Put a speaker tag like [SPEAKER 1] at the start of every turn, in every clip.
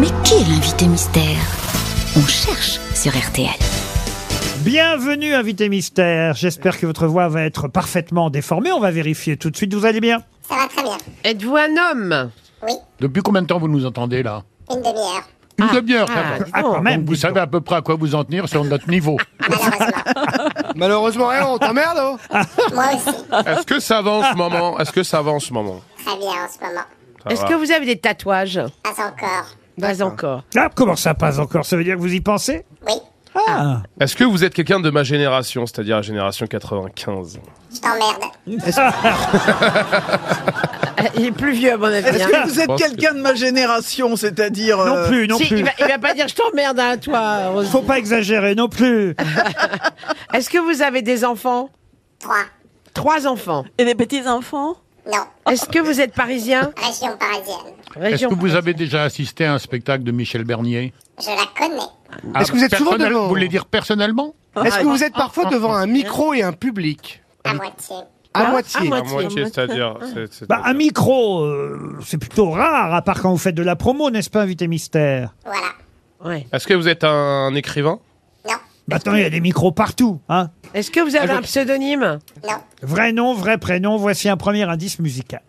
[SPEAKER 1] l'invité mystère On cherche sur RTL.
[SPEAKER 2] Bienvenue, invité mystère. J'espère que votre voix va être parfaitement déformée. On va vérifier tout de suite. Vous allez bien
[SPEAKER 3] Ça va très bien.
[SPEAKER 4] Êtes-vous un homme
[SPEAKER 3] Oui,
[SPEAKER 5] Depuis combien de temps vous nous entendez là
[SPEAKER 3] une demi-heure.
[SPEAKER 5] Une demi-heure. quand
[SPEAKER 4] ah,
[SPEAKER 5] même.
[SPEAKER 4] dis
[SPEAKER 2] Ah, quand
[SPEAKER 4] donc.
[SPEAKER 2] même.
[SPEAKER 5] vous
[SPEAKER 2] dites donc.
[SPEAKER 5] savez à peu près à quoi vous en tenir sur notre niveau.
[SPEAKER 4] Ah,
[SPEAKER 3] Malheureusement.
[SPEAKER 6] Malheureusement, eh, on t'emmerde oh
[SPEAKER 3] Moi aussi.
[SPEAKER 7] Est-ce que ça va en ce moment Est-ce que ça va en ce moment
[SPEAKER 3] Très bien en ce moment.
[SPEAKER 4] Ah, Est-ce que vous avez des tatouages
[SPEAKER 3] Pas encore.
[SPEAKER 4] Pas encore.
[SPEAKER 2] Ah, comment ça passe encore Ça veut dire que vous y pensez
[SPEAKER 3] Oui,
[SPEAKER 2] Ah
[SPEAKER 7] Est-ce que vous êtes quelqu'un de ma génération, c'est-à-dire la génération 95
[SPEAKER 3] je t'emmerde.
[SPEAKER 4] Ah, Il est plus vieux, à mon avis.
[SPEAKER 6] Est-ce
[SPEAKER 4] hein.
[SPEAKER 6] que vous êtes
[SPEAKER 7] pense
[SPEAKER 6] quelqu'un de ma génération, c'est-à-dire...
[SPEAKER 2] Non
[SPEAKER 6] euh,
[SPEAKER 2] plus, non
[SPEAKER 4] Si,
[SPEAKER 2] plus.
[SPEAKER 4] il, va, il va pas dire je t'emmerde, hein, toi. Roselyne.
[SPEAKER 2] Faut pas exagérer non plus.
[SPEAKER 4] Est-ce que vous avez des enfants
[SPEAKER 3] Trois.
[SPEAKER 4] Trois enfants.
[SPEAKER 8] Et des petits-enfants
[SPEAKER 3] Non.
[SPEAKER 4] Est-ce que vous êtes parisien
[SPEAKER 3] Région parisienne.
[SPEAKER 5] Est-ce
[SPEAKER 4] Région
[SPEAKER 5] que vous avez déjà assisté à un spectacle de Michel Bernier
[SPEAKER 3] Je la connais.
[SPEAKER 6] Est-ce que vous êtes souvent
[SPEAKER 5] personnel-
[SPEAKER 6] devant
[SPEAKER 5] Vous voulez dire personnellement
[SPEAKER 6] Est-ce que vous êtes parfois devant un micro et un public
[SPEAKER 3] À moitié.
[SPEAKER 6] À moitié.
[SPEAKER 7] À moitié, c'est-à-dire. c'est- c'est-
[SPEAKER 2] Bah, un micro, euh, c'est plutôt rare, à part quand vous faites de la promo, n'est-ce pas, invité mystère
[SPEAKER 3] Voilà.
[SPEAKER 4] Ouais.
[SPEAKER 7] Est-ce que vous êtes un écrivain
[SPEAKER 3] Non.
[SPEAKER 2] Maintenant, Bah, il y a des micros partout. Hein
[SPEAKER 4] Est-ce que vous avez
[SPEAKER 6] Ah,
[SPEAKER 4] un pseudonyme
[SPEAKER 3] Non.
[SPEAKER 2] vrai nom, vrai prénom, voici un premier indice musical.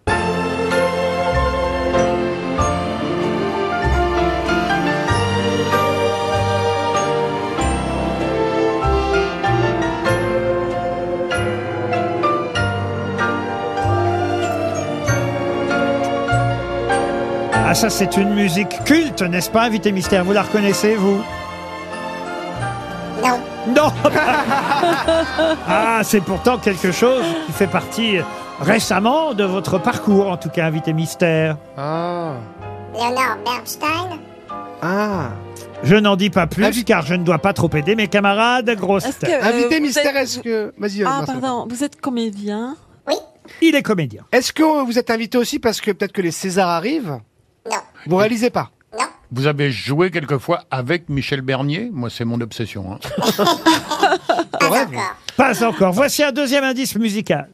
[SPEAKER 2] Ah ça c'est une musique culte, n'est-ce pas, invité mystère Vous la reconnaissez, vous
[SPEAKER 3] Non.
[SPEAKER 2] non Ah, c'est pourtant quelque chose qui fait partie récemment de votre parcours, en tout cas, invité mystère.
[SPEAKER 6] Ah.
[SPEAKER 3] Léonore Bernstein.
[SPEAKER 6] Ah.
[SPEAKER 2] Je n'en dis pas plus,
[SPEAKER 6] Invité-
[SPEAKER 2] car je ne dois pas trop aider mes camarades grosses
[SPEAKER 8] Est-ce que,
[SPEAKER 2] têtes.
[SPEAKER 8] euh,
[SPEAKER 6] Invité
[SPEAKER 8] vous
[SPEAKER 6] mystère,
[SPEAKER 8] êtes-
[SPEAKER 6] est-ce que... Vas-y, euh,
[SPEAKER 8] Ah,
[SPEAKER 6] Vincent.
[SPEAKER 8] pardon, vous êtes comédien
[SPEAKER 3] Oui.
[SPEAKER 2] Il est comédien.
[SPEAKER 6] Est-ce que vous êtes invité aussi parce que peut-être que les Césars arrivent
[SPEAKER 3] Non.
[SPEAKER 6] Vous réalisez pas
[SPEAKER 3] Non.
[SPEAKER 5] Vous avez joué quelquefois avec Michel Bernier Moi, c'est mon obsession. hein.
[SPEAKER 3] Pas encore.
[SPEAKER 2] Pas encore. Voici un deuxième indice musical.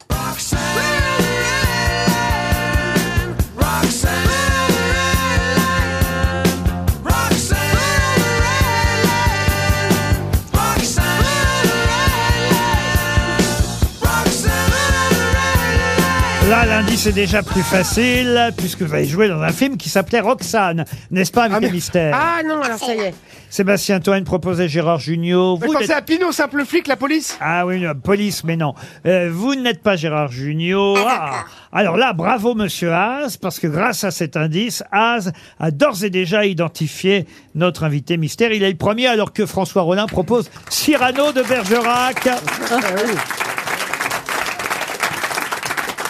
[SPEAKER 2] Là, l'indice est déjà plus facile, puisque vous avez joué dans un film qui s'appelait Roxane, n'est-ce pas, invité
[SPEAKER 6] mais-
[SPEAKER 2] mystère
[SPEAKER 4] Ah non, alors ça y est.
[SPEAKER 2] Sébastien Toine proposait Gérard Junior.
[SPEAKER 6] Vous pensez à Pinot, simple flic, la police
[SPEAKER 2] Ah oui, la police, mais non. Euh, vous n'êtes pas Gérard Junior.
[SPEAKER 3] Ah,
[SPEAKER 2] alors là, bravo Monsieur Haas, parce que grâce à cet indice, Haas a d'ores et déjà identifié notre invité mystère. Il est le premier, alors que François Rollin propose Cyrano de Bergerac.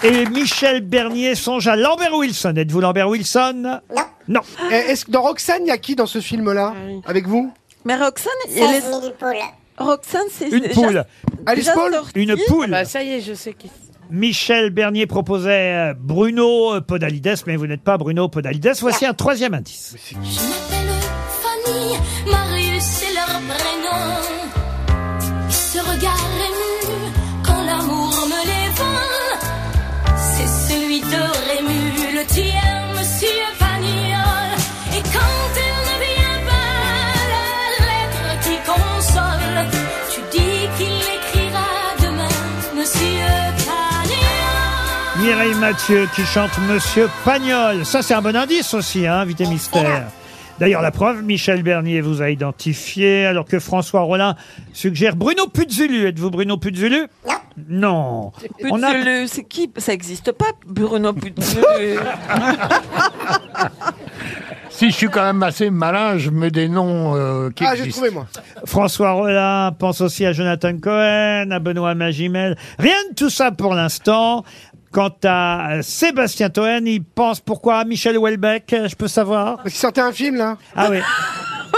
[SPEAKER 2] Et Michel Bernier songe à Lambert Wilson. Êtes-vous Lambert Wilson
[SPEAKER 3] Non.
[SPEAKER 2] Non.
[SPEAKER 9] Ah,
[SPEAKER 6] Eh, Est-ce que dans Roxane, il y a qui dans ce film-là Avec vous
[SPEAKER 8] Mais Roxane, elle
[SPEAKER 3] 16
[SPEAKER 8] est-
[SPEAKER 3] 000 poules.
[SPEAKER 8] Roxane c'est
[SPEAKER 2] Une
[SPEAKER 8] déjà-
[SPEAKER 2] poule.
[SPEAKER 6] Alice
[SPEAKER 8] déjà
[SPEAKER 6] Paul
[SPEAKER 8] sorti.
[SPEAKER 2] Une poule.
[SPEAKER 4] Bah, ça y est, je sais qui.
[SPEAKER 2] Michel Bernier proposait euh, Bruno Podalides, mais vous n'êtes pas Bruno Podalides. Voici un troisième indice.
[SPEAKER 10] Je m'appelle Fanny, Marius c'est leur prénom. Ce regard ému, quand l'amour me l'évole, c'est celui de Rému, le tien, monsieur Pagnol. Et quand elle ne vient pas, la lettre qui console, tu dis qu'il écrira demain, monsieur Pagnol.
[SPEAKER 2] Mireille Mathieu qui chante Monsieur Pagnol. Ça, c'est un bon indice aussi, hein, invité mystère. D'ailleurs, la preuve, Michel Bernier vous a identifié, alors que François Rollin suggère Bruno Puzulu. Êtes-vous Bruno Puzulu
[SPEAKER 3] Non.
[SPEAKER 2] Non. On a-
[SPEAKER 8] Puzzle, c'est qui Ça existe pas, Bruno Puzzle.
[SPEAKER 5] Si je suis quand même assez malin, je mets des noms euh, qui
[SPEAKER 6] Ah, j'ai
[SPEAKER 5] existent.
[SPEAKER 6] trouvé, moi.
[SPEAKER 2] François Rollin pense aussi à Jonathan Cohen, à Benoît Magimel. Rien de tout ça pour l'instant. Quant à euh, Sébastien Toen, il pense pourquoi à Michel Houellebecq, euh, je peux savoir
[SPEAKER 6] Parce qu'il sortait un film, là
[SPEAKER 2] Ah oui,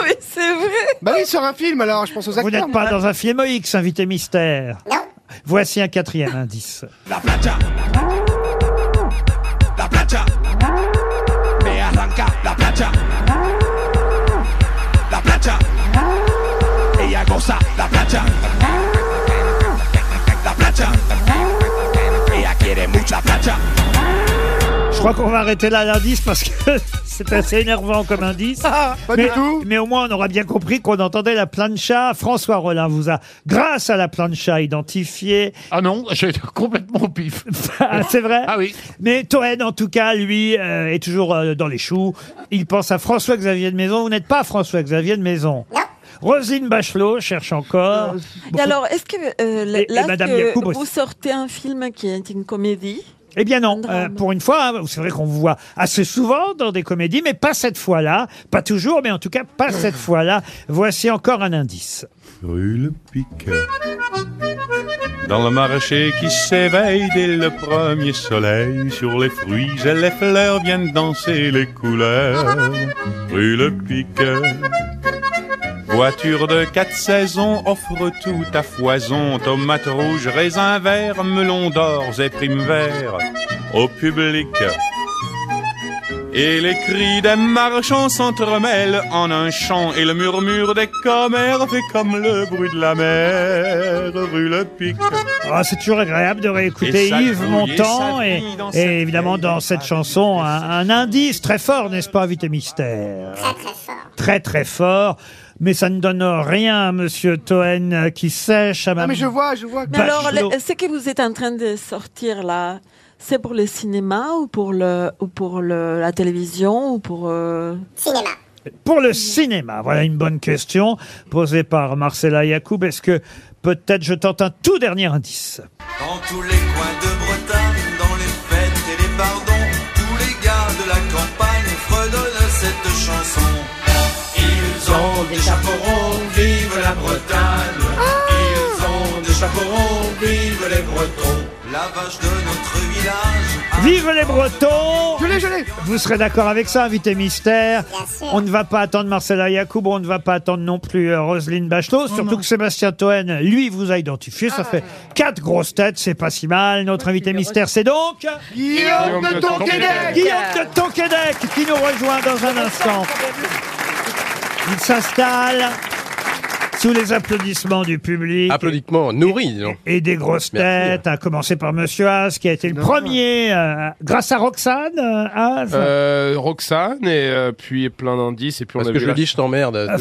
[SPEAKER 8] oui, c'est vrai.
[SPEAKER 6] Bah oui, il sort un film, alors je pense aux
[SPEAKER 2] vous
[SPEAKER 6] acteurs.
[SPEAKER 2] n'êtes pas dans un film X, invité mystère.
[SPEAKER 3] Non.
[SPEAKER 2] Voici un quatrième indice. Je crois qu'on va arrêter là l'indice parce que C'est assez énervant comme indice.
[SPEAKER 6] Ah, Pas
[SPEAKER 2] mais,
[SPEAKER 6] du tout.
[SPEAKER 2] mais au moins, on aura bien compris qu'on entendait la plancha. François Rollin vous a, grâce à la plancha, identifié.
[SPEAKER 5] Ah non, j'ai été complètement au pif.
[SPEAKER 2] Ah, c'est vrai
[SPEAKER 5] Ah oui.
[SPEAKER 2] Mais Toen, en tout cas, lui, euh, est toujours euh, dans les choux. Il pense à François-Xavier de Maison. Vous n'êtes pas François-Xavier de Maison.
[SPEAKER 3] Non.
[SPEAKER 2] Roselyne Bachelot cherche encore.
[SPEAKER 8] Et alors, est-ce que euh, là,
[SPEAKER 2] Et- et Madame
[SPEAKER 8] que
[SPEAKER 2] Yacoub aussi.
[SPEAKER 8] vous sortez un film qui est une comédie
[SPEAKER 2] Eh bien non,
[SPEAKER 8] Un drame.
[SPEAKER 2] Euh, pour une fois, hein, c'est vrai qu'on vous voit assez souvent dans des comédies, mais pas cette fois-là. Pas toujours, mais en tout cas pas cette fois-là. Voici encore un indice.
[SPEAKER 11] Rue le piquet. Dans le marché qui s'éveille dès le premier soleil, sur les fruits et les fleurs viennent danser les couleurs. Rue le piquet. Voiture de quatre saisons offre tout à foison, tomates rouges, raisins verts, melons d'or et primes verts au public. Et les cris des marchands s'entremêlent en un chant et le murmure des commères fait comme le bruit de la mer rue le pic.
[SPEAKER 2] Ah, c'est toujours agréable de réécouter
[SPEAKER 11] Et ça
[SPEAKER 2] Yves
[SPEAKER 11] grouille,
[SPEAKER 2] Montand
[SPEAKER 11] et ça
[SPEAKER 2] et,
[SPEAKER 11] grouille dans
[SPEAKER 2] et
[SPEAKER 11] cette
[SPEAKER 2] évidemment
[SPEAKER 11] vieille
[SPEAKER 2] dans cette
[SPEAKER 11] ville.
[SPEAKER 2] chanson un, un indice très fort, n'est-ce pas, Vite et Mystère
[SPEAKER 3] Très très fort.
[SPEAKER 2] Très très fort, mais ça ne donne rien à Monsieur Toen euh, qui sèche. À
[SPEAKER 6] Ah,
[SPEAKER 2] Mme
[SPEAKER 6] mais je vois, je vois.
[SPEAKER 8] Mais
[SPEAKER 2] Bachelot.
[SPEAKER 8] alors, le- ce que vous êtes en train de sortir là, c'est pour le cinéma ou pour, le, ou pour le, la télévision ou pour... euh,
[SPEAKER 3] Cinéma.
[SPEAKER 2] Pour le cinéma, voilà une bonne question posée par Marcella Yacoub. Est-ce que peut-être je tente un tout dernier indice
[SPEAKER 11] Dans tous les coins de Bretagne, dans les fêtes et les pardons, tous les gars de la campagne fredonnent cette chanson. Ils ont des chaperons, vive la Bretagne. Ils ont des chaperons, vive les Bretons. La vache de notre village.
[SPEAKER 2] Vive les Bretons
[SPEAKER 6] Je l'ai, je l'ai.
[SPEAKER 2] Vous serez d'accord avec ça, invité mystère
[SPEAKER 3] Bien sûr.
[SPEAKER 2] On ne va pas attendre Marcella Yacoub, on ne va pas attendre non plus euh, Roselyne Bachelot, surtout que Sébastien Toen, lui, vous a identifié.
[SPEAKER 6] Ah.
[SPEAKER 2] Ça fait quatre grosses têtes, c'est pas si mal. Notre invité mystère, c'est donc
[SPEAKER 6] Guillaume de Tonquédec
[SPEAKER 2] Guillaume de Tonquédec qui nous rejoint dans un instant. Il s'installe sous les applaudissements du public.
[SPEAKER 7] Applaudissements nourris, dis donc.
[SPEAKER 2] Et des grosses
[SPEAKER 7] Merci.
[SPEAKER 2] têtes, à commencer par Monsieur Haas, qui a été le premier, euh, grâce à Roxane euh, Haas.
[SPEAKER 7] Euh, Roxane, et euh, puis plein d'indices, et puis on a vu la-
[SPEAKER 9] je t'emmerde.
[SPEAKER 2] Ah,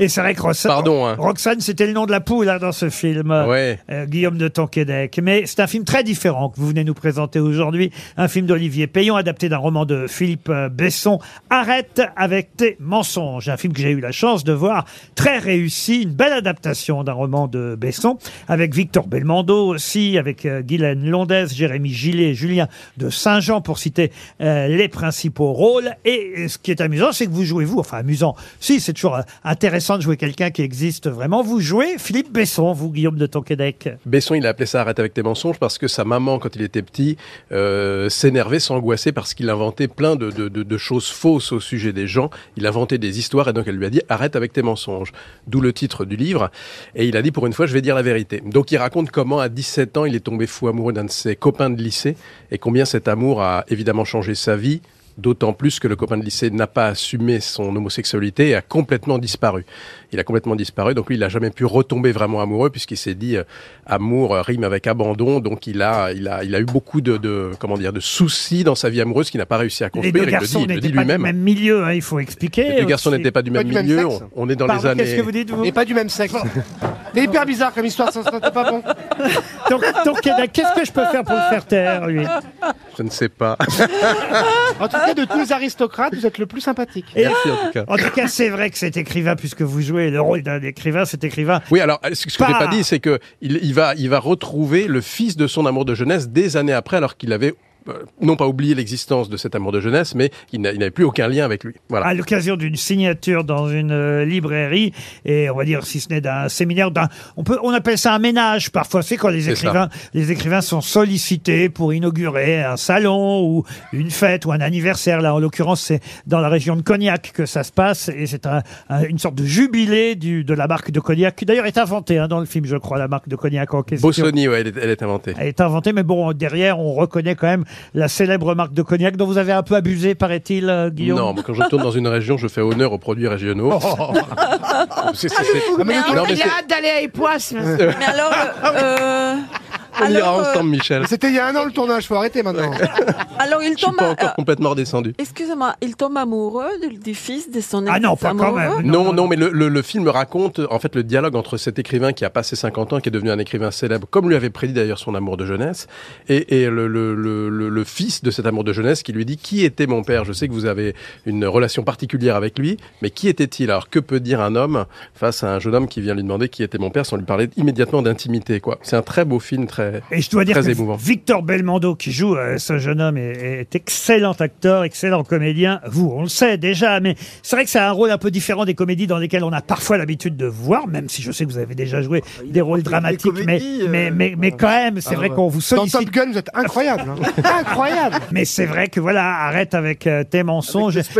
[SPEAKER 2] Et c'est vrai que Roxane,
[SPEAKER 9] Pardon, hein.
[SPEAKER 2] Roxane, c'était le nom de la poule hein, dans ce film.
[SPEAKER 9] Ouais.
[SPEAKER 2] Euh, Guillaume de Tonquédec. Mais c'est un film très différent que vous venez nous présenter aujourd'hui. Un film d'Olivier Payon, adapté d'un roman de Philippe euh, Besson. Arrête avec tes mensonges. Un film que j'ai eu la chance de voir très réussi. Une belle adaptation d'un roman de Besson. Avec Victor Belmondo aussi, avec euh, Guylaine Londez, Jérémy Gillet, et Julien de Saint-Jean pour citer euh, les principaux rôles. Et euh, ce qui est amusant, c'est que vous jouez vous, enfin amusant, si c'est toujours euh, intéressant de jouer quelqu'un qui existe vraiment. Vous jouez Philippe Besson, vous Guillaume de Tonquédec.
[SPEAKER 9] Besson, il a appelé ça Arrête avec tes mensonges parce que sa maman, quand il était petit, euh, s'énervait, s'angoissait parce qu'il inventait plein de, de- de- de choses fausses au sujet des gens. Il inventait des histoires et donc elle lui a dit Arrête avec tes mensonges. D'où le titre du livre. Et il a dit Pour une fois, je vais dire la vérité. Donc il raconte comment, à 17 ans, il est tombé fou amoureux d'un de ses copains de lycée et combien cet amour a évidemment changé sa vie. D'autant plus que le copain de lycée n'a pas assumé son homosexualité et a complètement disparu. Il a complètement disparu, donc lui, il n'a jamais pu retomber vraiment amoureux puisqu'il s'est dit euh, amour euh, rime avec abandon, donc il a, il a, il a eu beaucoup de, de- comment dire, de soucis dans sa vie amoureuse qu'il n'a pas réussi à
[SPEAKER 2] Les
[SPEAKER 9] construire.
[SPEAKER 2] deux
[SPEAKER 9] Il le
[SPEAKER 2] garçons
[SPEAKER 9] dit, il le dit
[SPEAKER 2] n'étaient pas du
[SPEAKER 9] lui-même.
[SPEAKER 2] même milieu, hein, il faut expliquer.
[SPEAKER 9] Les deux garçons
[SPEAKER 2] aussi.
[SPEAKER 9] n'étaient pas du
[SPEAKER 6] Pas
[SPEAKER 9] même
[SPEAKER 6] du même
[SPEAKER 9] milieu.
[SPEAKER 6] sexe.
[SPEAKER 9] on est dans
[SPEAKER 2] Pardon,
[SPEAKER 9] les années.
[SPEAKER 2] Qu'est-ce que vous dites vous
[SPEAKER 6] Et pas du même sexe. C'est hyper bizarre comme histoire, ça ça, c'est pas bon.
[SPEAKER 2] Donc, Tonquédec, qu'est-ce que je peux faire pour le faire taire lui
[SPEAKER 9] Je ne sais pas.
[SPEAKER 6] En tout cas, de tous les aristocrates, vous êtes le plus sympathique.
[SPEAKER 2] Et-
[SPEAKER 9] Merci en tout cas.
[SPEAKER 2] En tout cas, c'est vrai que cet écrivain, puisque vous jouez le rôle d'un écrivain, cet écrivain
[SPEAKER 9] Oui, alors ce que je n'ai
[SPEAKER 2] Pas.
[SPEAKER 9] pas dit, c'est que il, il va, il va retrouver le fils de son amour de jeunesse des années après, alors qu'il avait euh, non pas oublié l'existence de cet amour de jeunesse, mais il n'a- il n'avait plus aucun lien avec lui. Voilà.
[SPEAKER 2] à l'occasion d'une signature dans une euh, librairie et on va dire si ce n'est d'un séminaire d'un on peut on appelle ça un ménage parfois c'est quand les
[SPEAKER 9] C'est ça.
[SPEAKER 2] écrivains les écrivains sont sollicités pour inaugurer un salon ou une fête ou un anniversaire là en l'occurrence c'est dans la région de Cognac que ça se passe et c'est un- un- une sorte de jubilé du de la marque de Cognac qui d'ailleurs est inventée hein, dans le film je crois la marque de Cognac en question
[SPEAKER 9] Bossoni, ouais, elle, est, elle est inventée.
[SPEAKER 2] Elle est inventée, mais bon, derrière, on reconnaît quand même la célèbre marque de cognac dont vous avez un peu abusé, paraît-il, euh, Guillaume.
[SPEAKER 9] Non, moi, quand je tourne dans une région, je fais honneur aux produits régionaux. C'est- c'est- c'est-
[SPEAKER 6] Ah, mais le
[SPEAKER 8] Non,
[SPEAKER 6] truc-
[SPEAKER 9] mais
[SPEAKER 4] Il
[SPEAKER 9] c'est-
[SPEAKER 4] a hâte d'aller à Époisse.
[SPEAKER 8] Mais alors, euh, euh,
[SPEAKER 9] On ira ensemble, Michel.
[SPEAKER 6] C'était il y a un an Ah le tournage, faut arrêter maintenant.
[SPEAKER 8] Alors il
[SPEAKER 9] Je suis
[SPEAKER 8] tombe.
[SPEAKER 9] pas
[SPEAKER 8] euh,
[SPEAKER 9] encore complètement redescendu.
[SPEAKER 8] Excusez-moi, il tombe amoureux du, du fils de son
[SPEAKER 9] Ah non, pas quand
[SPEAKER 8] ex-amoureux
[SPEAKER 9] même. Non, non, mais le, le- le film raconte en fait le dialogue entre cet écrivain qui a passé 50 ans, qui est devenu un écrivain célèbre, comme lui avait prédit d'ailleurs son amour de jeunesse, et, et le, le- le- le- le fils de cet amour de jeunesse qui lui dit qui était mon père. Je sais que vous avez une relation particulière avec lui, mais qui était-il Alors que peut dire un homme face à un jeune homme qui vient lui demander qui était mon père sans lui parler immédiatement d'intimité quoi C'est un très beau film, très
[SPEAKER 2] Et je dois dire
[SPEAKER 9] très
[SPEAKER 2] que
[SPEAKER 9] émouvant.
[SPEAKER 2] Victor Belmondo, qui joue euh, ce jeune homme, est, est excellent acteur, excellent comédien. Vous, on le sait déjà, mais c'est vrai que c'est un rôle un peu différent des comédies dans lesquelles on a parfois l'habitude de voir, même si je sais que vous avez déjà joué des rôles dramatiques, mais, mais, mais, mais quand même, c'est
[SPEAKER 6] euh, Ah,
[SPEAKER 2] vrai
[SPEAKER 6] ouais.
[SPEAKER 2] qu'on vous
[SPEAKER 6] Dans
[SPEAKER 2] sollicite.
[SPEAKER 6] Top Gun, vous êtes incroyable. hein. incroyable.
[SPEAKER 2] Mais c'est vrai que voilà, arrête avec euh, tes mensonges. est,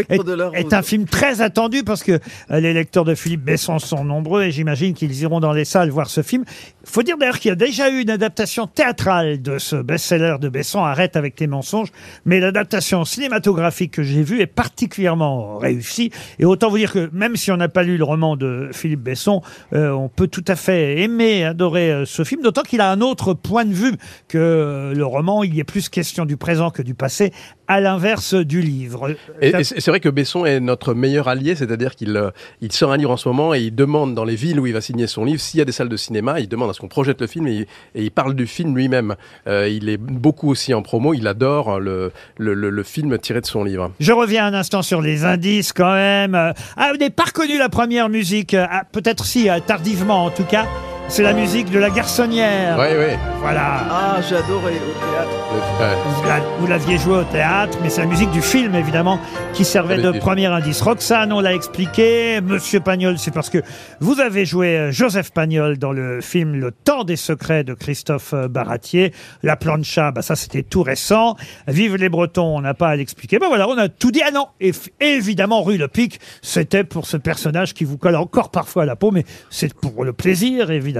[SPEAKER 2] est un film très attendu parce que euh, les lecteurs de Philippe Besson sont nombreux et j'imagine qu'ils iront dans les salles voir ce film. Faut dire d'ailleurs qu'il y a déjà eu une adaptation théâtrale de ce best-seller de Besson, arrête avec tes mensonges. Mais l'adaptation cinématographique que j'ai vue est particulièrement réussie. Et autant vous dire que même si on n'a pas lu le roman de Philippe Besson, euh, on peut tout à fait aimer, adorer euh, ce film, d'autant qu'il a un autre point de vue que euh, le roman. Il y est plus question du présent que du passé, à l'inverse du livre. Euh,
[SPEAKER 9] Et, et c'est c'est vrai que Besson est notre meilleur allié, c'est-à-dire qu'il euh, il sort un livre en ce moment et il demande dans les villes où il va signer son livre, s'il y a des salles de cinéma, il demande à ce qu'on projette le film et, il- et il parle du film lui-même. Euh, il est beaucoup aussi en promo, il adore le, le, le- le film tiré de son livre.
[SPEAKER 2] Je reviens un instant sur les indices quand même. Euh, Ah, vous n'avez pas reconnu la première musique, euh, ah, peut-être si, euh, tardivement en tout cas. C'est la musique de la garçonnière.
[SPEAKER 9] Ouais, ouais.
[SPEAKER 2] Voilà.
[SPEAKER 12] Ah, j'adorais au théâtre.
[SPEAKER 9] Le- ouais.
[SPEAKER 2] Vous la- Vous l'aviez joué au théâtre, mais c'est la musique du film, évidemment, qui servait
[SPEAKER 9] Avec
[SPEAKER 2] de
[SPEAKER 9] des-
[SPEAKER 2] premier indice. Roxane, on l'a expliqué. Monsieur Pagnol, c'est parce que vous avez joué euh, Joseph Pagnol dans le film Le Temps des Secrets de Christophe euh, Baratier. La plancha, bah ça, c'était tout récent. Vive les Bretons, on n'a pas à l'expliquer. Ben voilà, on a tout dit. Ah non, et f- évidemment, Rue Le Pic, c'était pour ce personnage qui vous colle encore parfois à la peau, mais c'est pour le plaisir, évidemment.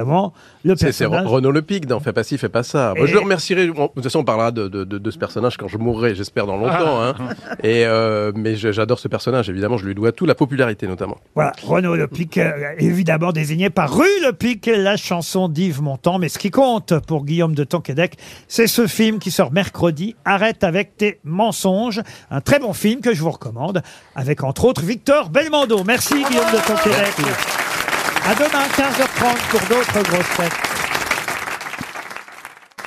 [SPEAKER 2] Le
[SPEAKER 9] C'est- C'est
[SPEAKER 2] personnage.
[SPEAKER 9] Renaud Lepic dans Fais pas ci, fais pas ça. Moi,
[SPEAKER 2] Et-
[SPEAKER 9] je le remercierai. bon, de toute façon, on parlera de, de- de- de ce personnage quand je mourrai, j'espère dans longtemps. hein. Et, euh, mais je- j'adore ce personnage, évidemment, je lui dois tout, la popularité notamment.
[SPEAKER 2] Voilà, Renaud Lepic, euh, évidemment désigné par Rue Lepic, la chanson d'Yves Montand. Mais ce qui compte pour Guillaume de Tonquédec, c'est ce film qui sort mercredi, Arrête avec tes mensonges. Un très bon film que je vous recommande, avec entre autres Victor Belmondo. Merci Guillaume de Tonquédec. À demain, 15h30 pour d'autres grosses têtes.